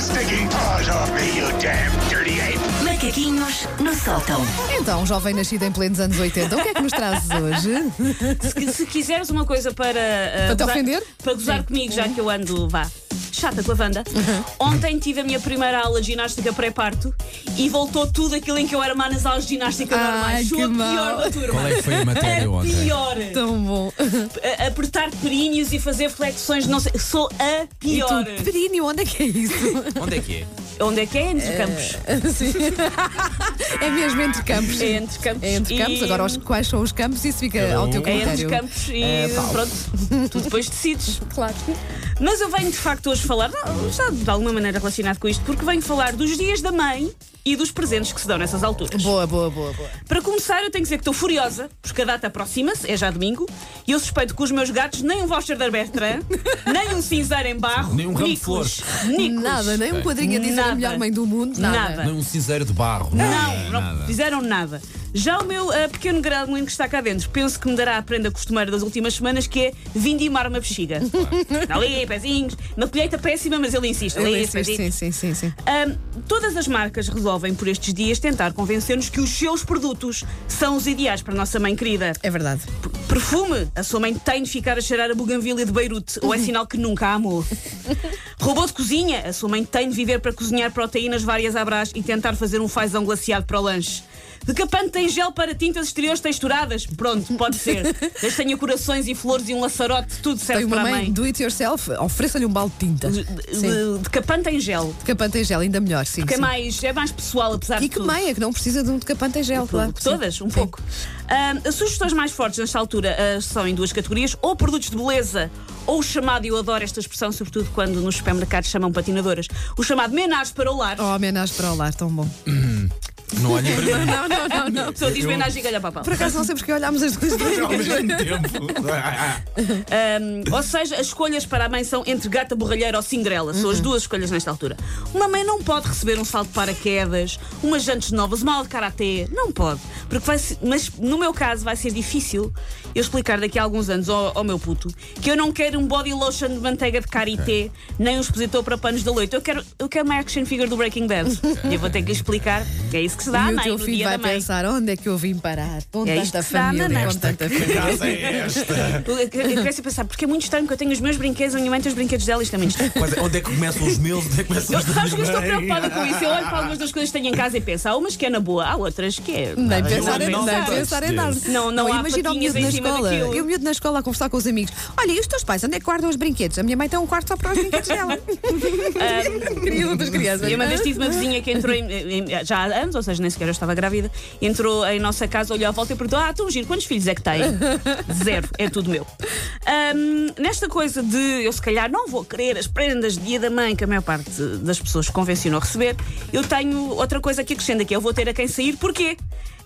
stinking paws off me, you damn dirty ape! Macaquinhos no sótão. Então, jovem nascido em plenos anos 80, o que é que nos trazes hoje? Que se quiseres uma coisa para. ah, Para te gozar- ofender? Para gozar comigo, já que eu ando, vá. Chata com a Wanda. Uhum. Ontem tive a minha primeira aula de ginástica pré-parto e voltou tudo aquilo em que eu era má nas aulas de ginástica Ai, normais. Sou que a pior mal. da turma. Qual é que foi a matéria a ontem? pior. Tão bom. A- apertar perinhos e fazer flexões, não sei. Sou a E pior. tu, Períneo, onde é que é isso? Onde é que é? Onde é que é? Entre campos. Sim. É mesmo entre campos. É entre campos. É entre campos, E- agora os- quais são os campos, isso fica ao teu É entre critério. os campos e É, Eh, Paulo. pronto, tu depois decides. Claro. Mas eu venho de facto hoje falar, não, está de alguma maneira relacionado com isto, porque venho falar dos dias da mãe e dos presentes que se dão nessas alturas. Boa, boa, boa, boa. Para começar, eu tenho que dizer que estou furiosa, porque a data aproxima-se, é já domingo, e eu suspeito que os meus gatos nem um voucher da Bertrand, nem um cinzeiro em barro, Nem um ramo de Nicolas, flores. Nicolas, Nada, nem um quadrinho a dizer a Nada. melhor mãe do mundo, nada. Nada. Não, um cinzeiro de barro. Não, não fizeram nada. Já o meu ah, pequeno gremlin que está cá dentro, penso que me dará a prenda costumeira das últimas semanas, que é vindimar uma bexiga. ali, pezinhos, uma colheita péssima, mas ele insiste. Eu Ali, insisto, pezinhos. Sim, sim, sim, sim. Ahm, todas as marcas resolvem por estes dias tentar convencer-nos que os seus produtos são os ideais para a nossa mãe querida. É verdade. P- Perfume, a sua mãe tem de ficar a cheirar a buganvília de Beirute, ou é sinal que nunca a amou. Robô de cozinha, a sua mãe tem de viver para cozinhar proteínas várias à brás e tentar fazer um fazão glaciado para o lanche. Decapante tem gel para tintas exteriores texturadas. Pronto, pode ser. Mas tenha corações e flores e um laçarote, tudo serve Tem uma para a mãe, mãe. do it yourself, ofereça-lhe um balde de tinta. De- Sim. de- Decapante em gel. Decapante em gel, ainda melhor, sim. Que é sim. mais, é mais pessoal, apesar E de que tudo. mãe é que não precisa de um decapante em gel, claro. que sim. Todas, um Sim. pouco. Ahm, as sugestões mais fortes nesta altura ah, são em duas categorias: ou produtos de beleza, ou o chamado, e eu adoro esta expressão, sobretudo quando nos supermercados chamam patinadoras, o chamado menage para o lar. Oh, homenagem para o lar, tão bom. Não olhem para mim. Não, não, não, não. A pessoa diz eu- menage e galha para a pau. Por acaso não sei porque olhámos as duas Ao mesmo tempo. Hum, ou seja, as escolhas para a mãe são entre gata borralheira ou cinderela. São Uhum. as duas escolhas nesta altura. Uma mãe não pode receber um salto de paraquedas, umas jantes novas, uma aula de karatê. Não pode. Porque vai ser- mas no meu caso vai ser difícil eu explicar daqui a alguns anos ao, ao meu puto que eu não quero um body lotion de manteiga de karité, nem um expositor para panos da leite. Eu quero, eu quero uma action figure do Breaking Bad. E eu vou ter que explicar que é isso que se dá à e o mãe teu no filho dia vai da mãe. pensar onde é que eu vim parar? Com É isto tanta que se dá, família, mamãe. com tanta família. Casa é esta. Eu, eu, eu queria pensar, porque é muito estranho que eu tenho os meus brinquedos, a minha mãe tem os brinquedos dela, isto é muito estranho. Mas onde é que começam os meus? Onde é que começam Eu, os da sabes que eu minha estou mãe? preocupada com isso. Eu olho para algumas das coisas que tenho em casa e penso, há umas que é na boa, há outras que é. Nem pensar, não em, há nem nada pensar em dar. disso. Não, não há imagina o patinhas miúdo em na cima escola. daquilo. E o miúdo na escola a conversar com os amigos. Olha, e os teus pais, onde é que guardam os brinquedos? A minha mãe tem um quarto só para os brinquedos dela. Queria outras crianças. Eu uma vez tive uma vizinha que entrou em, em- já há anos, ou seja, nem sequer eu estava grávida, entrou em nossa casa, olhou à volta e perguntou: Ah, tão giro, quantos filhos é que tem? Zero, é tudo meu. Ahm, nesta coisa de eu se calhar não vou querer as prendas de dia da mãe que a maior parte das pessoas convencionam receber, eu tenho outra coisa que acrescenta, que é eu vou ter a quem sair, porquê?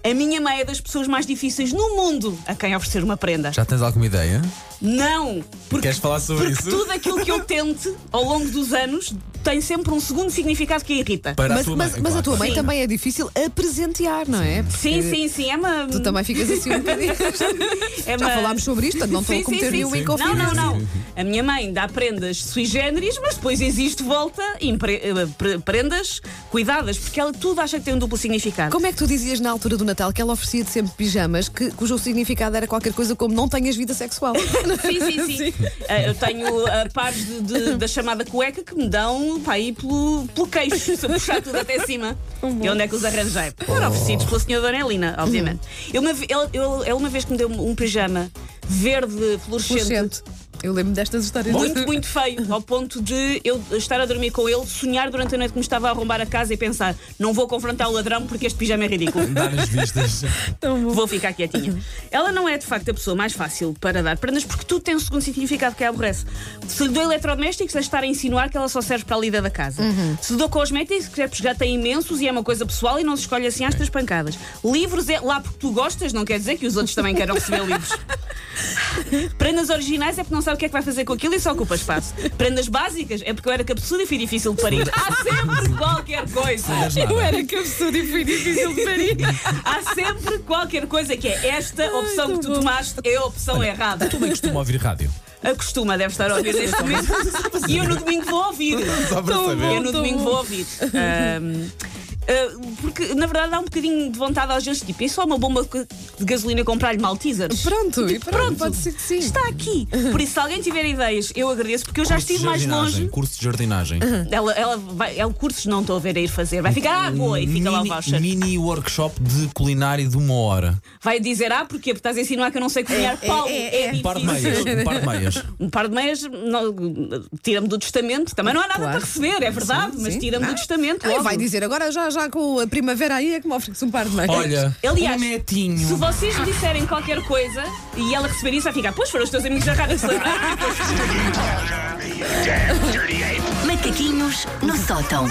A minha mãe é das pessoas mais difíceis no mundo a quem oferecer uma prenda. Já tens alguma ideia? Não! Porque, Queres falar sobre porque isso? tudo aquilo que eu tente ao longo dos anos tem sempre um segundo significado que a irrita. Para a Mas, tua mas- mãe. mas a tua mãe Sim. também é difícil a presentear, não é? Porque Sim, sim, sim, é uma. Tu também ficas assim um bocadinho. é Já uma- falámos sobre isto, portanto, não estou Sim, a cometer sim, sim, nenhum sim. inconfidência. Não, não, não. A minha mãe dá prendas sui generis, mas depois existe volta impre- eh, pre- prendas cuidadas, porque ela tudo acha que tem um duplo significado. Como é que tu dizias na altura do Natal que ela oferecia sempre pijamas que, cujo significado era qualquer coisa como não tenhas vida sexual? Sim, sim, sim. Eh, eu tenho a pares de- de- da chamada cueca que me dão para ir pelo, pelo queixo, se eu puxar tudo até cima. E onde é que os arranjei? Foram oferecidos pela senhora Dona Helena, obviamente. Eu uma, ve- ela- eu- ela uma vez que me deu um pijama verde fluorescente. Gente, eu lembro destas histórias. Muito, muito feio, ao ponto de eu estar a dormir com ele, sonhar durante a noite que me estava a arrombar a casa e pensar: não vou confrontar o ladrão porque este pijama é ridículo. Dar as vistas. Vou ficar quietinha. Ela não é de facto a pessoa mais fácil para dar prendas porque tudo tem um segundo significado que a aborrece. Se lhe dou eletrodomésticos, é estar a insinuar que ela só serve para a lida da casa. Se lhe dou cosméticos, é porque já tem imensos e é uma coisa pessoal e não se escolhe assim às três pancadas. Livros é lá porque tu gostas, não quer dizer que os outros também queiram receber livros. Prendas originais é porque não sabe o que é que vai fazer com aquilo e só ocupa espaço. Prendas básicas é porque eu era cabeçuda e fui difícil de parir. Há sempre qualquer coisa. Eu era cabeçuda e foi difícil de parir. Há sempre qualquer coisa que é esta opção que tu tomaste é a opção errada. Como é que costuma ouvir rádio? acostuma, deve estar a ouvir neste momento. E eu no domingo vou ouvir. Só para saber. Eu no domingo vou ouvir. Ahm, ah, porque, na verdade, há um bocadinho de vontade às vezes, tipo, é só uma bomba de gasolina comprar-lhe maltesers. Pronto, e pronto, Pronto. pode ser que sim. Está aqui. Por isso, se alguém tiver ideias, eu agradeço, porque eu já estive mais longe. Curso de jardinagem. Ela, ela vai, é ela cursos não estou a ver a ir fazer. Vai ficar, ah, boa, e fica lá o Mini- voucher. Mini workshop de culinária de uma hora. Vai dizer, ah, porquê? Porque estás a ensinar que eu não sei cozinhar Paulo. É, Um par de meias. difícil. Um par de meias. Um par de meias, não- tira-me do testamento. Também não há nada Claro. para receber, é verdade, Sim, mas sim. tira-me do Ah, testamento. Ai, logo. vai dizer agora, já, já com a primavera aí, é que me ofereces um par de meias. Olha, Aliás, um netinho. Se vocês lhe disserem qualquer coisa e ela receber isso, vai ficar, pois foram os teus amigos da rádio que se lembraram. You got me, you damn dirty ape. Macaquinhos no sótão.